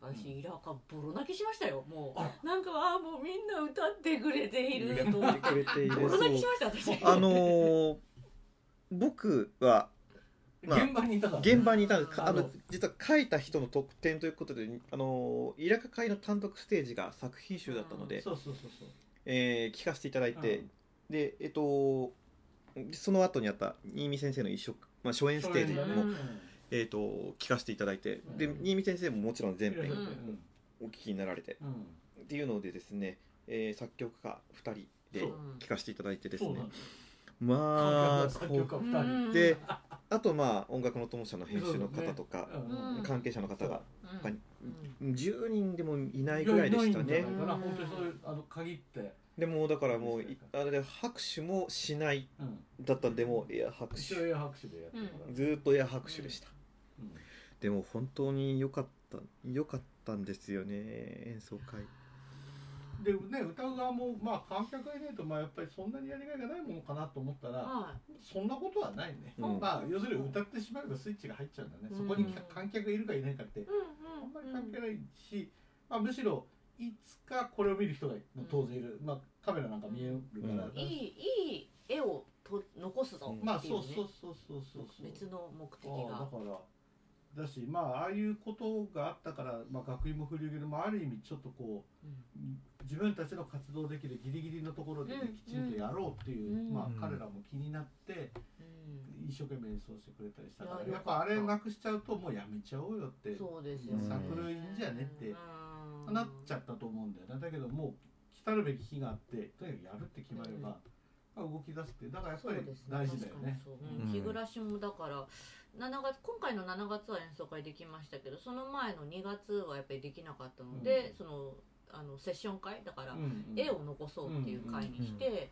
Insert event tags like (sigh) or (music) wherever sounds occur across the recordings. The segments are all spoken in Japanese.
私イラカボロ泣きしましたよもあうなんかああもうみんな歌ってくれているやとってくれているボロ泣きしました私あのー僕はまあ現場にいたから現場にいたんですあーあの実は書いた人の特典ということで、あのーイラカ会の単独ステージが作品集だったので、そうそうそうそうえー聞かせていただいて、うんでえっとその後にあった新見先生の一色、まあ、初演ステージも、初演うんえっと聞かせていただいて、でうん新見先生ももちろん全いろいろ編うんお聞きになられて、うんっていうのでですね、えー作曲家2人でそう聞かせていただいてですそうねなんですまあ作こ曲う家二人うんであとまあ音楽の友者の編集の方とか、うんうんうん関係者の方がうん他にうん10人でもいないぐらいでしたいねないんじゃないかな本当にそういうあの限ってでもうだからもういあれで拍手もしないうんだったんでもうエア拍一手応拍手でやってるからずーっとエア拍手でした、うんでも本当に良かった良かったんですよね演奏会でね歌う側もまあ観客がいないとまあやっぱりそんなにやりがいがないものかなと思ったらはそんなことはないね、うんまあ要するに歌ってしまえばスイッチが入っちゃうんだね、そこにうん観客がいるかいないかっていうんあんまりうんう関ん係ないし、まあ、むしろいつかこれを見る人が当然いる、まあカメラなんか見えるから、うんいいいい絵をと残すぞまあっていそううそうねそうそうそうそう別の目的ああがだからだしまあああいうことがあったから、まあ、学院も振り上げるもある意味ちょっとこうんう自分たちの活動できるギリギリのところで、ねうんきちんとやろうっていう、うんまあうん彼らも気になって、うん一生懸命演奏してくれたりしたからいややっぱあれなくしちゃうともうやめちゃおうよってそうですよね桜いいんじゃねってうんなっちゃったと思うんだよねだけどもう来たるべき日があってとにかくやるって決まれば、まあ、動き出すってだからやっぱり大事だよね。そううんうん日暮らしもだから7月今回の7月は演奏会できましたけどその前の2月はやっぱりできなかったので、うんそのあのセッション会だから、うん絵を残そうっていう会にして、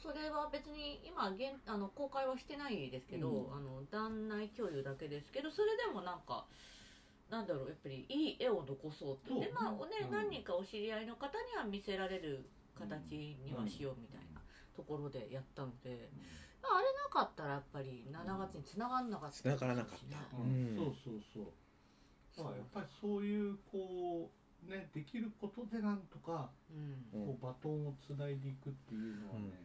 それは別に今現あの公開はしてないですけど、うんあの団内共有だけですけどそれでもなんか。なんだろうやっぱりいい絵を残そうってそうでまあおね、うん何人かお知り合いの方には見せられる形にはしようみたいなところでやったので、あれなかったらやっぱり7月に繋がんなかった繋がらなかったうんうんそうそうそうだからやっぱりそういうこうねできることでなんとかうんうんこうバトンをつないでいくっていうのはね、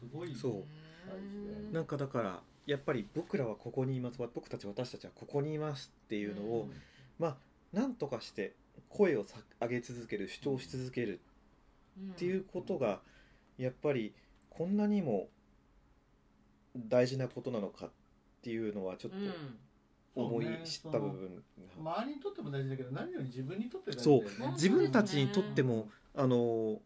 すごいそう大事だよねなんかだからやっぱり僕らはここにいます僕たち私たちはここにいますっていうのを、うんなんとかして声をさ上げ続ける主張し続けるっていうことがやっぱりこんなにも大事なことなのかっていうのはちょっうんと思いそうね知った部分が、周りにとっても大事だけど何より自分にとって大事だよねそう自分たちにとってもあの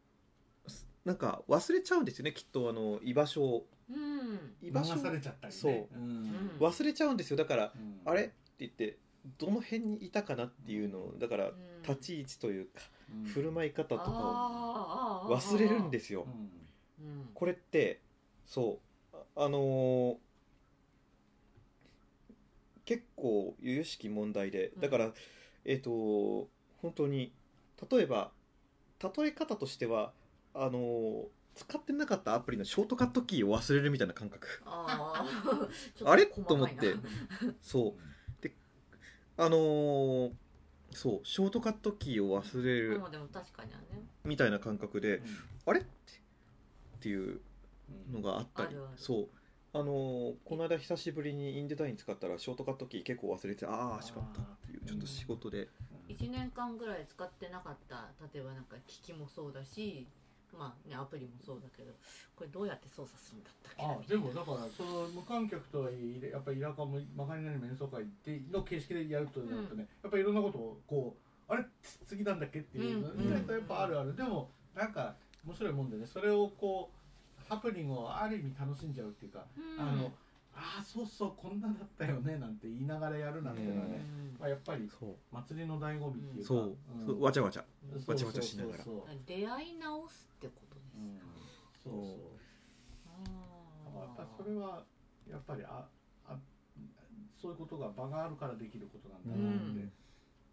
すなんか忘れちゃうんですよねきっとあの居場所をうん居場所を流されちゃったりねそうん忘れちゃうんですよだからうんあれって言ってどの辺にいたかなっていうのをだからうん立ち位置というかうん振る舞い方とかあーをあーあー忘れるんですうよ。んうんこれってそうああのー結構由々しき問題でうんだから、えっ、と本当に例えば例え方としてはあのー使ってなかったアプリのショートカットキーを忘れるみたいな感覚あーちょ (laughs) あれ細とかい思なってうんそうあのーそうショートカットキーを忘れるまあでも確かにはねみたいな感覚で、あれってっていううんのがあったありるあるそうあのーこの間久しぶりにインデザイン使ったらショートカットキー結構忘れてああしまったっていうちょっと仕事でうん1年間ぐらい使ってなかった例えばなんか機器もそうだしまあねアプリもそうだけどこれどうやって操作するんだったっけあでもだからその無観客とはいえやっぱりイラカもまかりなりの演奏会での形式でやるとなるとね、やっぱりいろんなことをこうあれ次なんだっけっていうのうん意外とやっぱあるある、でもなんか面白いもんでねそれをこうハプニングをある意味楽しんじゃうっていうか、うんあのああそうそうこんなだったよねなんて言いながらやるなんてのはうね、んまあ、やっぱりそ祭りの醍醐味っていううかそう,、んそうわちゃわちゃそうわちゃわちゃしながらそうそうそう出会い直すってことでうんすかそうそうあーやっぱそれはやっぱりああそういうことが場があるからできることなんだなって、うん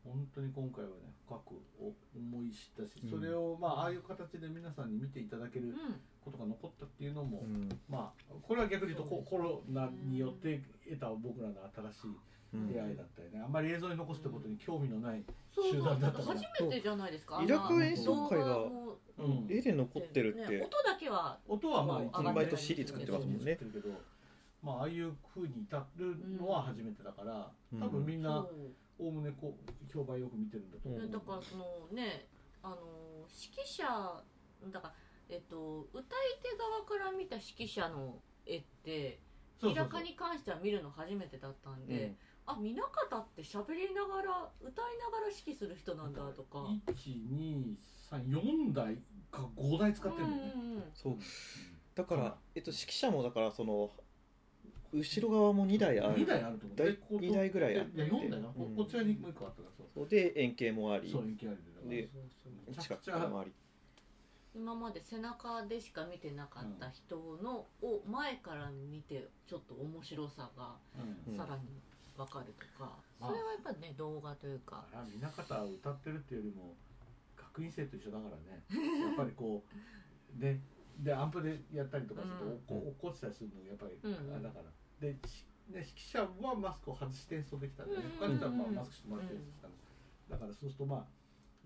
本当に今回はね深くお思い知ったし、うんそれをまあああいう形で皆さんに見ていただけるうんことが残ったっていうのも、うんまあこれは逆に言うとそうこですコロナによって得た僕らの新しいうん出会いだったりねあんまり映像に残すってことに興味のない、そう集そう団だったから初めてじゃないですかイラク演奏会があんな動画もうん絵で残ってるっねて音だけは音はまあもう一上がって応るバイト CD 作ってますもんね作ってるけどまあああいう風に至るのは初めてだから、うん多分みんなそうおおむねこう評判よく見てるんだと思う、うんだからそのねあの指揮者だから、えっと、歌い手側から見た指揮者の絵ってそうイそラうそカうに関しては見るの初めてだったんで、うんあ南方って喋りながら歌いながら指揮する人なんだとか。 1234台か5台使ってるんだよね、うんうんうんそううだかそうらだ、えっと、指揮者もだからその後ろ側も2台あ2る台あると思うだいでこう二台ぐらいあっいや4台な、こうんこっち側にもう1個あったからそうので円形もありそう延期あるだからでそうそうめち近ゃくちくゃもあり今まで背中でしか見てなかった人のを前から見てちょっと面白さがうんさらに分かるとか、うんそれはやっぱね動画というかあら南方は歌ってるっていうよりも学院生と一緒だからねやっぱりこ (laughs) うででアンプでやったりとかすると、うんこう落っこちたりするのがやっぱり、うんうんあれだからでしで指揮者はマスクを外して演奏できたんで、ねうん他うんうんの人はまあマスクしてもらって演奏したんです、だからそうするとまあ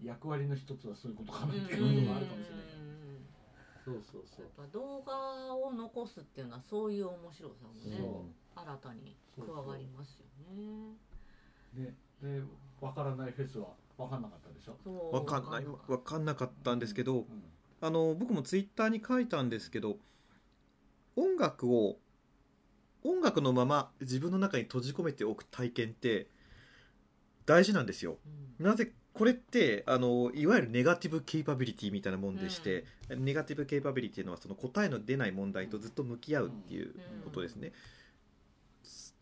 役割の一つはそういうことかなっていうこともあるかもしれない、うんそうそうそそううやっぱ動画を残すっていうのはそういう面白さもねそ新たに加わりますよねうでで分からないフェスは分かんなかったでしょ、そうわかんないわかんなかったんですけどうんあの僕もツイッターに書いたんですけど音楽を音楽のまま自分の中に閉じ込めておく体験って大事なんですよ。うんなぜこれってあのいわゆるネガティブ・ケイパビリティみたいなもんでして、ネガティブ・ケイパビリティのはその答えの出ない問題とずっと向き合うっていうことですね。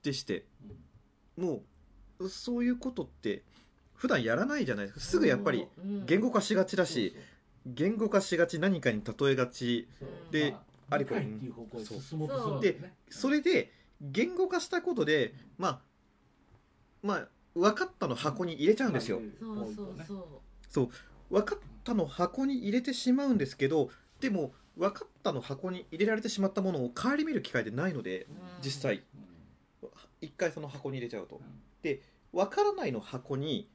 でしてうんもうそういうことって普段やらないじゃないですかすぐやっぱり言語化しがちだし言語化しがち何かに例えがちそうそうでまああれこれ理解っていう方向へ進もうとするんだよねそれで言語化したことでまあまあ分かったの箱に入れちゃうんですよそうそうそう分かったの箱に入れてしまうんですけどでも分かったの箱に入れられてしまったものを顧みる機会ってないのでうん実際う一回その箱に入れちゃうとん分からないの箱に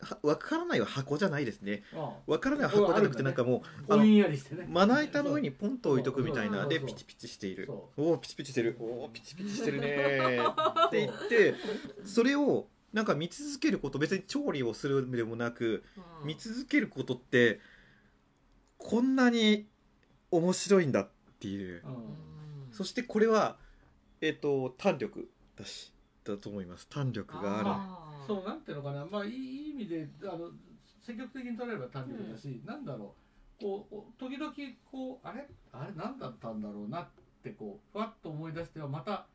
は分からないは箱じゃないですね分からないは箱じゃなくてなんかもぼんやりしてねうまな板の上にポンと置いとくみたいなそうでそうそうピチピチしているそおおピチピチしてるおおピチピチしてるね (laughs) ーって言ってそれをなんか見続けること別に調理をするでもなくうん見続けることってこんなに面白いんだっていうう、うんうんそしてこれはえっ、と胆力だしだと思います胆力があるあーそうなんていうのかなまあいいいい意味であの積極的に取れれば単純だし、なんだろうこうお時々こうあれあれ何だったんだろうなってこうふわっと思い出してはまた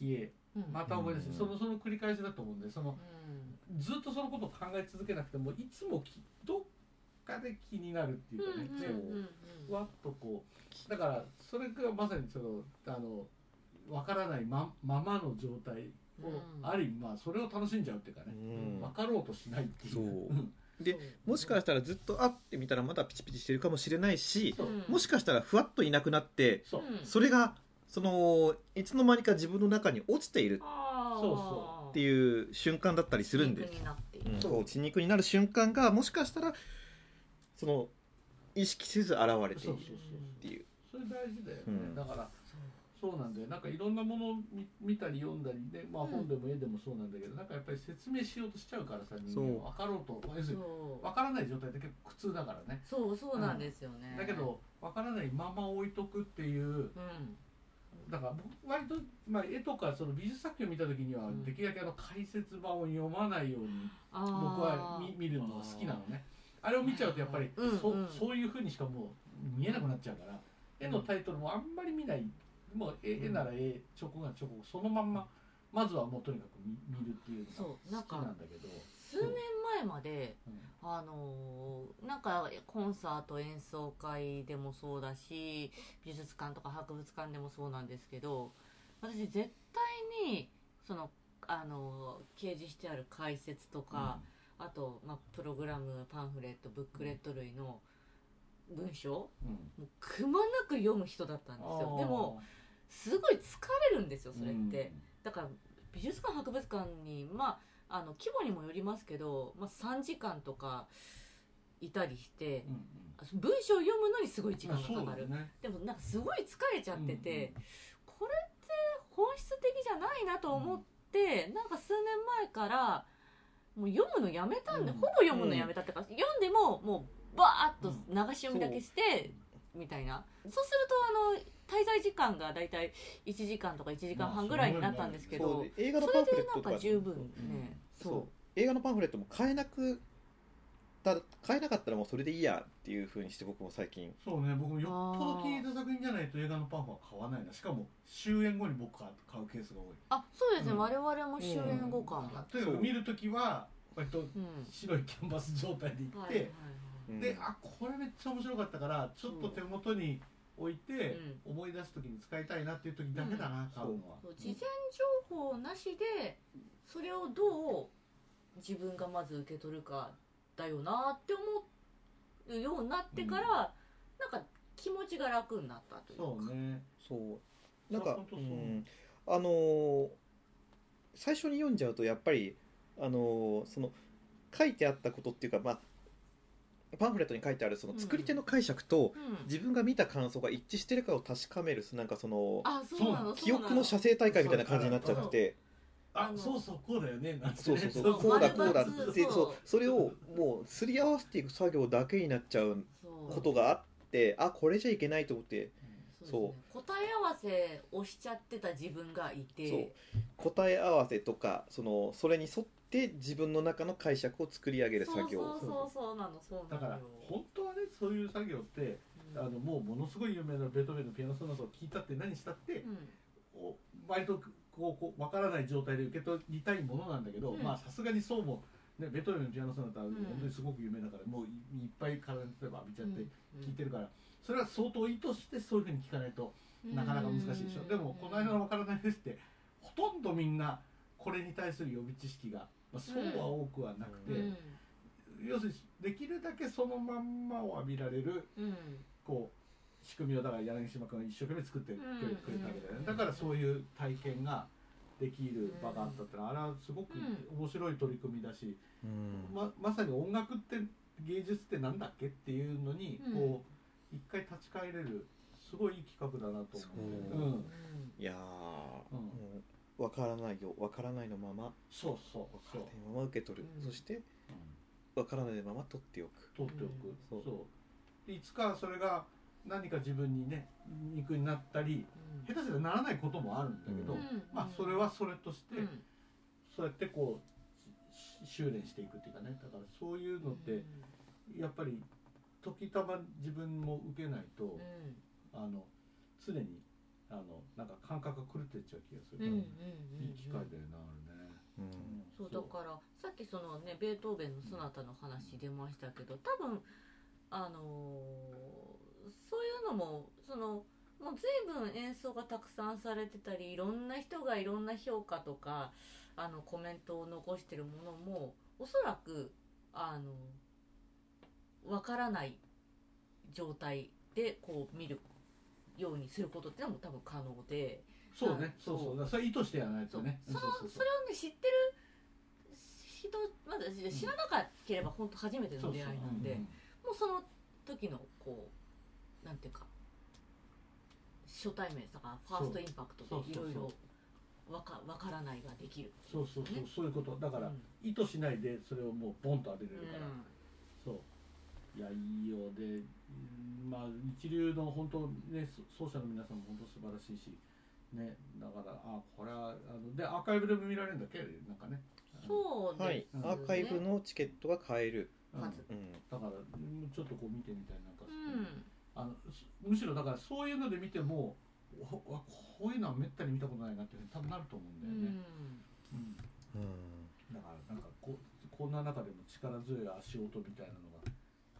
消えうんまた思い出して、うんそのその繰り返しだと思うんでそのうんずっとそのことを考え続けなくてもいつもきどっかで気になるっていうかね、うんうんうんうんそうわっとこうだからそれがまさにそのあのわからないまままの状態を、うんある意味まあそれを楽しんじゃうっていうかねうん分かろうとしないっていうそううんでもしかしたらずっと会ってみたらまだピチピチしてるかもしれないしそううんもしかしたらふわっといなくなってそう、うんそれがそのいつの間にか自分の中に落ちているあーそうそっていう瞬間だったりするんですピンクになっているうんそう落ちにくになる瞬間がもしかしたらその意識せず現れていそうそうるそうっていうそれ大事だよね、うんだからそうそうなんだよなんかいろんなものを見見たり読んだりねまあうん本でも絵でもそうなんだけど、なんかやっぱり説明しようとしちゃうからさ人そう間は分かろうと要するに分からない状態って結構苦痛だからねそうそうなんですよね、だけど分からないまま置いとくっていううんだから僕割と、まあ、絵とかその美術作品を見た時には、うんできるだけあの解説版を読まないようにあー僕は見見るのが好きなのねあれを見ちゃうとやっぱり、うんそうんそういうふうにしかもう見えなくなっちゃうから絵のタイトルもあんまり見ないもう絵,、うん絵なら絵チョコがチョコそのまんままずはもうとにかく見見るっていうそうのながんか好きなんだけど数年前までうんあのーなんかコンサート演奏会でもそうだし美術館とか博物館でもそうなんですけど私絶対にそのあのー掲示してある解説とか、あと、まあ、プログラムパンフレットブックレット類の文章うんもうくまなく読む人だったんですよでもすごい疲れるんですよそれって、だから美術館博物館にまああの規模にもよりますけど、まあ、3時間とかいたりしてうん文章を読むのにすごい時まあ間がそうかだかよる、ねでもなんかすごい疲れちゃってて、うんうんこれって本質的じゃないなと思って、なんか数年前からもう読むのやめたんで、うんほぼ読むのやめたってか、読んでももうバーッと流し読みだけして、みたいなそうするとあの滞在時間がだいたい1時間とか1時間半ぐらいになったんですけど、そう映画のそパれンフレでッなトんとかか十分うんね、そうそう映画のパンフレットも買えなくた買えなかったらもうそれでいいやっていう風にして僕も最近そうね僕もよっぽどあー気に入った作品じゃないと映画のパンフは買わないなしかも終演後に僕が買うケースが多いあそうですね、うん我々も終演後か、とにかく見るときは割とうん白いキャンバス状態で行っはいて、はいはいでうん、あこれめっちゃ面白かったからちょっと手元に置いて、思い出すときに使いたいなっていうときだけだな、買うのはそう事前情報なしでそれをどう自分がまず受け取るかだよなって思うようになってから、うんなんか気持ちが楽になったというかそうねそうなんかそうそうそううんあのー最初に読んじゃうとやっぱりあのーその書いてあったことっていうかまあパンフレットに書いてあるその作り手の解釈とうん、自分が見た感想が一致してるかを確かめるなんかそのあそうなの記憶の射精大会みたいな感じになっちゃってああのそうそうこうだよねなんてそうねそうそうそうこうだ丸こうだっ抜てそうそうそれをもうすり合わせていく作業だけになっちゃうそうことがあってあこれじゃいけないと思ってそうですね答え合わせをしちゃってた自分がいてそう答え合わせとかそのそれに沿って自分の中の解釈を作り上げるそう作業そうそうそうなのそうなだのよから本当はねそういう作業ってうんあのもうものすごい有名なベートーベンのピアノソナタを聞いたって何したってうんお割とこうこう分からない状態で受け取りたいものなんだけど、うんまあさすがにそうも、ね、ベートーベンのピアノソナタはん本当にすごく有名だから、もういいっぱい体に例えば浴びちゃってうん聞いてるから、それは相当意図してそういうふうに聞かないとなかなか難しいでしょ、うんでもこの間の「分からないです」ってほとんどみんなこれに対する予備知識が、まあ、そうは多くはなくて、うん要するにできるだけそのまんまを浴びられるうんこう仕組みをだから柳島君が一生懸命作ってくれうんくれたわけだようねんだからそういう体験ができる場があったってのはあれはすごくう面白い取り組みだし、うんままさに音楽って芸術ってなんだっけっていうのにうんこう一回立ち返れるすごいいい企画だなと思う。そううんうんいやー、うん分からないよ分からないのままそうそう分かそらうな。いまま受け取る、うんそしてうん分からないまま取っておく取っておく、うんそうそでいつかそれが何か自分にね肉になったり下手すりゃならないこともあるんだけど、うんまあそれはそれとして、うんそうやってこうし修練していくっていうかねだからそういうのってやっぱり時たま自分も受けないと、うんあの常にあのなんか感覚が狂ってっちゃう気がすうる、んうんうんいい機会だよなあれね、うんそうだからさっきそのねベートーベンのソナタの話出ましたけど多分あのーそういうのもそのもう随分演奏がたくさんされてたりいろんな人がいろんな評価とかあのコメントを残してるものもおそらくあのわからない状態でこう見るようにすることってのも多分可能で。そうね、はいそうそうそうだからそれ意図してやらないそとうねそのううそれをね知ってる人まだ知らなかければ本当初めてそのうそう出会いなんでううもうその時のこうなんていうか初対面とかファーストインパクそうトそでういそうろそういろわかわからないができるそうそうそう、ねそういうことだから、うん意図しないでそれをもうボンと当てれるから、うんそういやいいよでうんまあ一流の本当ねそ奏者の皆さんも本当素晴らしいしねだからあこれはあのでアーカイブでも見られるんだっけなんかねそうですはい、うんアーカイブのチケットが買える、うんはずうんだからうんちょっとこう見てみたいなんか、うんあのすむしろだからそういうので見てもおわこういうのはめったに見たことないなっていうふうに多分なると思うんうだよね、んうんうんだからなんかここんな中でも力強い足音みたいなのが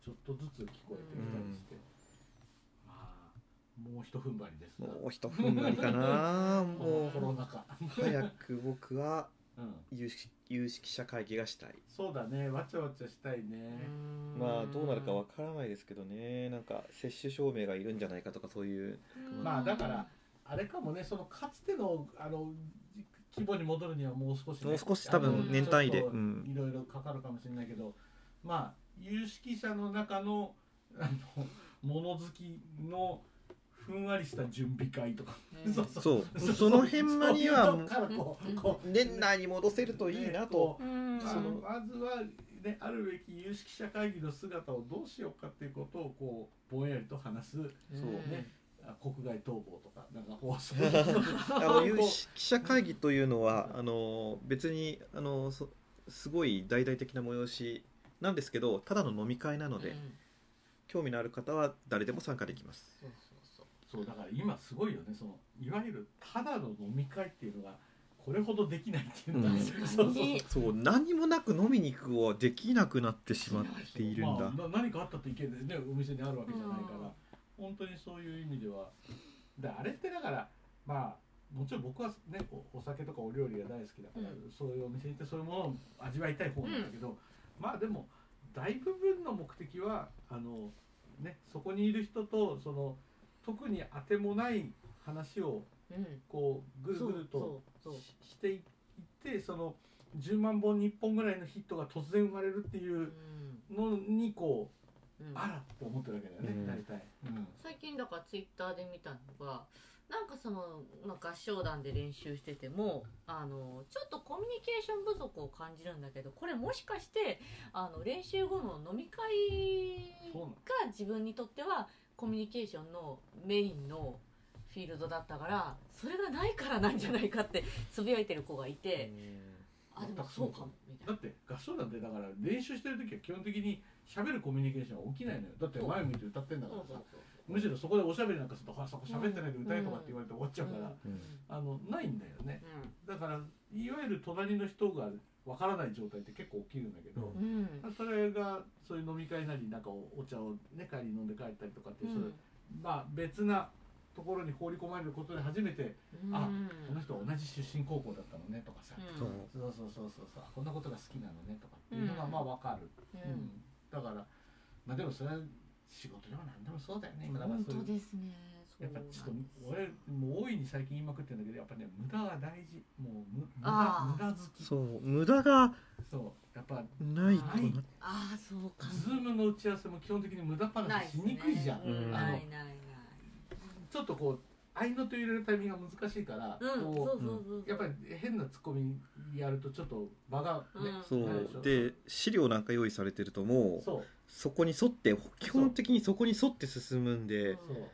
ちょっとずつ聞こえてきたりして、まあもう一踏ん張りですなもう一踏ん張りか (laughs) なももううコロナ禍、早く僕はうん、有識有識者会議がしたいそうだねわちゃわちゃしたいね、 (laughs) まあどうなるかわからないですけどねなんか接種証明がいるんじゃないかとかそういううんまあだからあれかもねそのかつてのあのじ規模に戻るにはもう少し、もう少し多分あの年単位でちょっとうんいろいろかかるかもしれないけど、まあ有識者の中のあの物好きのふんわりした準備会とか、うんそうそうそうその辺まではそういうとこからこうこう年内に戻せるといいなと、うんまあまずは、ね、あるべき有識者会議の姿をどうしようかっていうことをこうぼんやりと話すそうねあ国外逃亡とかなんか放 (laughs) 送あの有識者会議というのはあの別にあのそすごい大々的な催しなんですけどただの飲み会なので、うん興味のある方は誰でも参加できますそうそうそうだから今すごいよねそのいわゆるただの飲み会っていうのがこれほどできないっていうのが、うんそうそう確かにそう何もなく飲みに行くをできなくなってしまっているんだ、まあ、な何かあったって意見でねお店にあるわけじゃないから、うん本当にそういう意味ではであれってだからまあもちろん僕はねおお酒とかお料理が大好きだから、うそういうお店に行ってそういうものを味わいたい方なんだけど、まあでも大部分の目的はあの、ね、そこにいる人とその特に当てもない話をそううんこうぐるぐると。そうそうししていってその10万本に1本ぐらいのヒットが突然生まれるっていそううのにこうんうう、んあらって思ってるわけだよね、うん大体、うん最近だからツイッターで見たのがなんかその、まあ、合唱団で練習しててもあのちょっとコミュニケーション不足を感じるんだけどこれもしかしてあの練習後の飲み会そうなのが自分にとってはコミュニケーションのメインのフィールドだったからそれがないからなんじゃないかってつぶやいてる子がいて、あでもそうかもみたいだな。って合唱団ってだから練習してる時は基本的に喋るコミュニケーションは起きないのよだってそう前向いて歌ってんだかそらうさそうそうむしろそこでおしゃべりなんかすると「ほらそこ喋ってないで歌え」とかって言われて終わっちゃうから、うんあのないんだよねうだからいわゆる隣の人がわからない状態って結構起きるんだけど、うんんうんそれがそういう飲み会なりなんかおお茶をね帰り飲んで帰ったりとかっていう、そういうまあ別なところに放り込まれることで初めて、うんあうんこの人同じ出身高校だったのねとかさ、そうそうそうそうそうそうこんなことが好きなのねとかっていうのがうんまあわかる、うんうんだからまあでもそれは仕事でも何でもそうだよね今だから本そうい当うですね。そうやっぱなんちですょっと俺もう大いに最近言いまくってるんだけどやっぱね無駄は大事もう無無駄あ無ー駄好きそそうう無駄がやっぱないとないなああそうか。ズームの打ち合わせも基本的に無駄ない話ですしねにくいじゃん、うんあないのないない。ちょっとこう合いの手を入れるタイミングが難しいから、うんそうこそうそううそうやっ。ぱり変なツッコミやるとちょっと場がね、うんそないでしうょで資料なんか用意されてるともうそうそこに沿って基本的にそこに沿って進むんでそう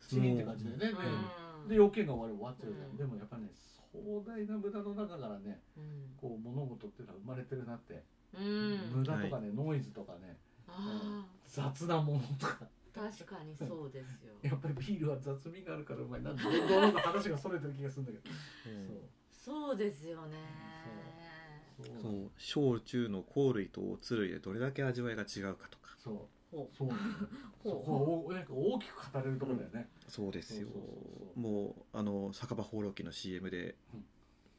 そチのリンって感じだよね、うんで要件が終わる終わっちゃうじゃん、うんでもやっぱね壮大な無駄の中からねうんこう物事っていうのは生まれてるなって、うん無駄とかね、ノイズとかねあ雑なものとか (laughs) あ確かにそうですよ。やっぱりビールは雑味があるからうまいなってどんどん話がそれてる気がするんだけど、うんそうですよね。そうそそうう小中の香類とおつ類でどれだけ味わいが違うかとかそうほうそうなんだよそこはおなんか大きく語れるところだよね、そうですよそうそうそうそうもうあの酒場放浪記の CM でうん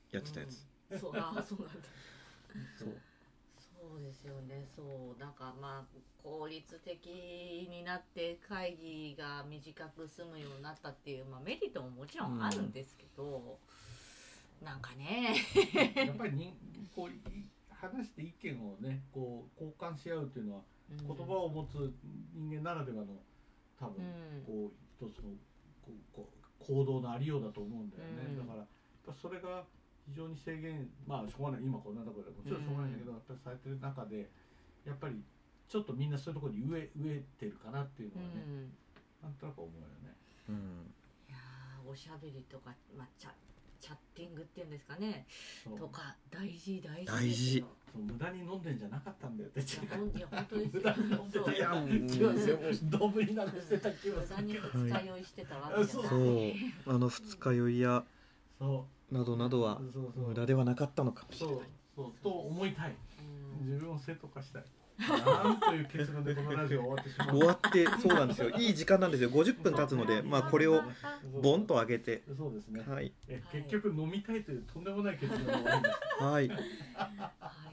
やってたやつ、。うんそうああそうなんだ。そうそうですよねそうなんかまあ効率的になって会議が短く済むようになったっていう、まあ、メリットももちろんあるんですけど、なんかねやっぱり人こうい話して意見をねこう交換し合うっていうのは言葉を持つ人間ならではの多うん分、こう一つのこうこう行動のありようだと思うんだよね、うんだからやっぱそれが非常に制限まあしょうがない今こんなところでもちろんしょうがないんだけど、やっぱりされてる中でやっぱりちょっとみんなそういうところに植え植えてるかなっていううのはね、んなんとなく思うよね。うん、いやーおしゃべりとか、まあ、チャチャッティングっていうんですかねそうとか大事大事大事でそう無駄に飲んでんじゃなかったんだよってすよいやほんいや本当です無よ駄に飲んでそうたような気がするどぶになくしてた気が無す駄るにけど二日酔いしてたわけじゃない、はそうあの二日酔いやそなどなどはうそうそう無駄ではなかったのかもしそれないうそうと思いたいうん自分を正当化したいなんという結論でこのラジオ終わってしまう終わって (laughs) そうなんですよいい時間なんですよ50分経つので、まあ、これをボンと上げてそうですねはいえ結局飲みたいというとんでもない結論が終わりましたはいはい